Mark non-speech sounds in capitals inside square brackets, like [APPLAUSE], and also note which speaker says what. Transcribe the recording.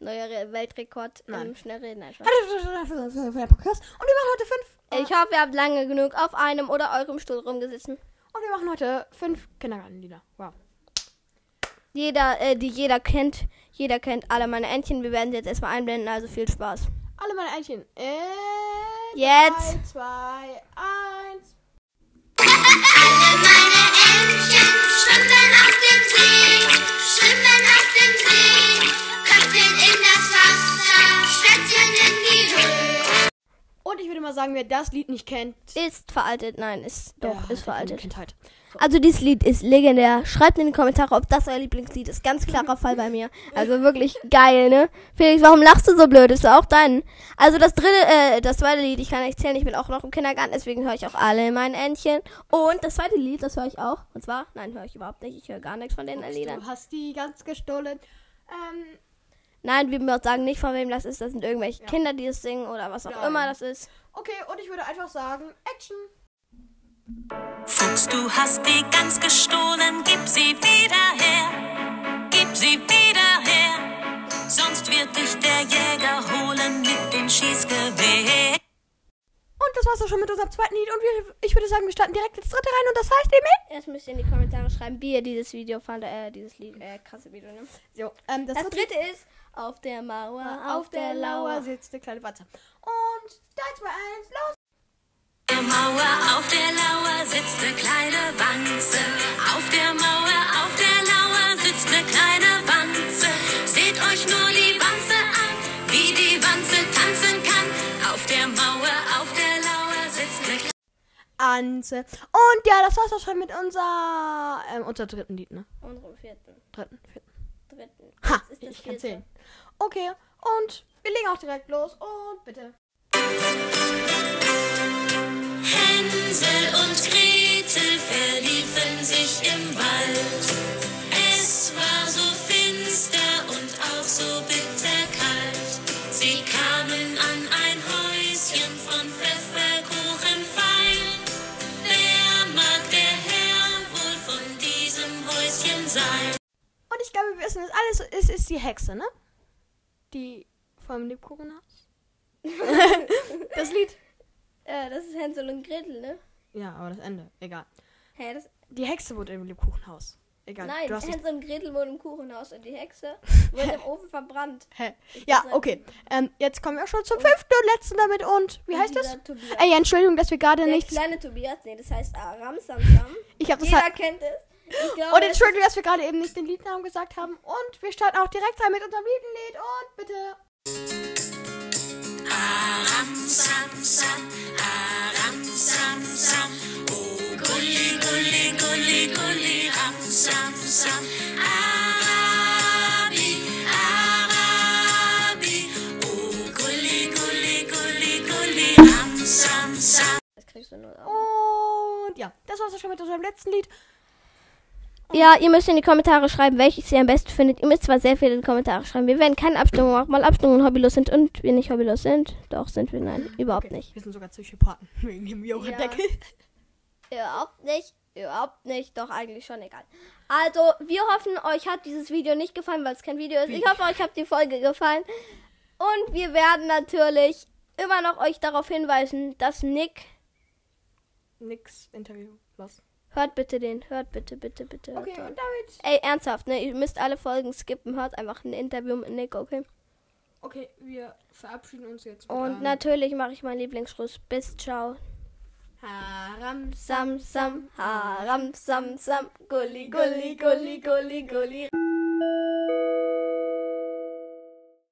Speaker 1: Neuer Weltrekord im Schnellreden. Nein, Spaß.
Speaker 2: Und wir machen heute fünf. äh,
Speaker 1: Ich hoffe, ihr habt lange genug auf einem oder eurem Stuhl rumgesessen.
Speaker 2: Und wir machen heute fünf Kindergartenlieder. Wow.
Speaker 1: Jeder, äh, die jeder kennt. Jeder kennt alle meine Entchen. Wir werden sie jetzt erstmal einblenden, also viel Spaß.
Speaker 2: Alle meine Äh, Einchen. In
Speaker 1: Jetzt.
Speaker 2: 3, 2, 1.
Speaker 3: Alle meine Entchen schwimmen auf dem See, schwimmen auf dem See, Köpfchen in das Wasser, Schwänzchen in die Höhe.
Speaker 2: Und ich würde mal sagen, wer das Lied nicht kennt,
Speaker 1: Ist veraltet. Nein, ist doch,
Speaker 2: der
Speaker 1: ist
Speaker 2: hat keine
Speaker 1: veraltet.
Speaker 2: Kindheit.
Speaker 1: Also dieses Lied ist legendär. Schreibt in die Kommentare, ob das euer Lieblingslied ist. Ganz klarer Fall bei mir. Also wirklich geil, ne? Felix, warum lachst du so blöd? Ist auch dein. Also das dritte, äh, das zweite Lied, ich kann nicht zählen, ich bin auch noch im Kindergarten, deswegen höre ich auch alle meine Entchen. Und das zweite Lied, das höre ich auch. Und zwar, nein, höre ich überhaupt nicht. Ich höre gar nichts von den Liedern.
Speaker 2: Du hast die ganz gestohlen. Ähm,
Speaker 1: Nein, wir müssen sagen nicht, von wem das ist. Das sind irgendwelche Kinder, die es singen oder was auch
Speaker 2: Ja.
Speaker 1: immer das ist.
Speaker 2: okay, und ich würde einfach sagen, Action.
Speaker 4: Fuchs, du hast die Gans gestohlen, gib sie wieder her, gib sie wieder her, sonst wird dich der Jäger holen mit dem Schießgewehr.
Speaker 2: Und das war's auch schon mit unserem zweiten Lied. Und wir, ich würde sagen, wir starten direkt ins dritte rein. Und das heißt eben.
Speaker 1: Erst müsst ihr in die Kommentare schreiben, wie ihr dieses Video fandet, äh, dieses Lied, äh, krasse Video, ne?
Speaker 2: So, ähm, das,
Speaker 1: Das
Speaker 2: dritte
Speaker 1: dritte ist auf der Mauer,
Speaker 2: Auf, der Lauer sitzt der kleine Watze. Und 3, 2, 1, los!
Speaker 4: Der Mauer auf der Lauer sitzt der kleine Wanze. Auf der Mauer auf der Lauer sitzt der kleine Wanze. Seht euch nur die Wanze an, wie die Wanze tanzen kann. Auf der Mauer auf der Lauer sitzt der kleine
Speaker 2: Anze. Und ja, das war's auch schon mit unser, ähm, unser dritten Lied, ne?
Speaker 1: Unserem vierten,
Speaker 2: Dritten, vierten.
Speaker 1: dritten.
Speaker 2: Ha,
Speaker 1: Jetzt ist das
Speaker 2: ich kann
Speaker 1: vierte.
Speaker 2: zählen. Okay, und wir legen auch direkt los. Und bitte.
Speaker 4: Hänsel und Gretel verliefen sich im Wald. Es war so finster und auch so bitterkalt. Sie kamen an ein Häuschen von Pfefferkuchenfein. Wer mag der Herr wohl von diesem Häuschen sein?
Speaker 2: Und ich glaube, wir wissen es alles. Es ist die Hexe, ne? Die vom Lebkuchenhaus. [LAUGHS] das Lied.
Speaker 1: Äh, das ist Hänsel und Gretel, ne?
Speaker 2: Ja, aber das Ende. Egal.
Speaker 1: Hä, das,
Speaker 2: Die Hexe wurde im Lebkuchenhaus. Egal.
Speaker 1: nein,
Speaker 2: du hast dich-
Speaker 1: Hänsel und Gretel wurden im Kuchenhaus und die [LAUGHS] Hexe wurde im Ofen verbrannt.
Speaker 2: Hä? Ja, okay. Ähm, jetzt kommen wir auch schon zum fünften und letzten damit. Und wie
Speaker 1: Und
Speaker 2: heißt das?
Speaker 1: dieser Tobias.
Speaker 2: Ey, Entschuldigung, dass wir gerade
Speaker 1: Der
Speaker 2: nichts.
Speaker 1: kleine Tobias, nee, das heißt ah, Aramsamsam.
Speaker 2: Ich habe das
Speaker 1: Jeder
Speaker 2: halt.
Speaker 1: kennt es. Ich glaube,
Speaker 2: Und Entschuldigung, dass wir gerade eben nicht den Liednamen gesagt haben. Und wir starten auch direkt rein mit unserem Lieblingslied. Und bitte.
Speaker 4: Aram, sam, sam, aram, sam, sam. Oh, gulli, gulli, gulli, gulli, ram, sam, sam. Arabi, Arabi. Oh, gulli, gulli, gulli, gulli, ram, sam, sam.
Speaker 1: Das kriegst du nur auf.
Speaker 2: Und ja, das war's auch schon mit unserem letzten Lied.
Speaker 1: Ja, ihr müsst in die Kommentare schreiben, welches ihr am besten findet. Ihr müsst zwar sehr viel in die Kommentare schreiben. Wir werden keine Abstimmung machen, weil Abstimmungen hobbylos sind und wir nicht hobbylos sind. Doch, sind wir, nein, überhaupt nicht.
Speaker 2: Wir sind sogar Psychopathen [LAUGHS] wegen dem Joghurtdeckel.
Speaker 1: Überhaupt nicht. Überhaupt nicht, doch eigentlich schon egal. Also, wir hoffen, euch hat dieses Video nicht gefallen, weil es kein Video ist. Ich hoffe, euch hat die Folge gefallen. Und wir werden natürlich immer noch euch darauf hinweisen, dass Nick.
Speaker 2: Nix, Interview, los.
Speaker 1: Hört bitte den, hört bitte, bitte, bitte. Hört
Speaker 2: Okay,
Speaker 1: den.
Speaker 2: und damit.
Speaker 1: Ey, ernsthaft, ne? Ihr müsst alle Folgen skippen. Hört einfach ein Interview mit Nick, okay?
Speaker 2: Okay, wir verabschieden uns jetzt.
Speaker 1: Und natürlich mache ich meinen Lieblingsschluss. Bis ciao.
Speaker 2: Haram.
Speaker 1: Sam, sam, haram, sam, sam. Gulli, gulli, gulli, gulli, gulli.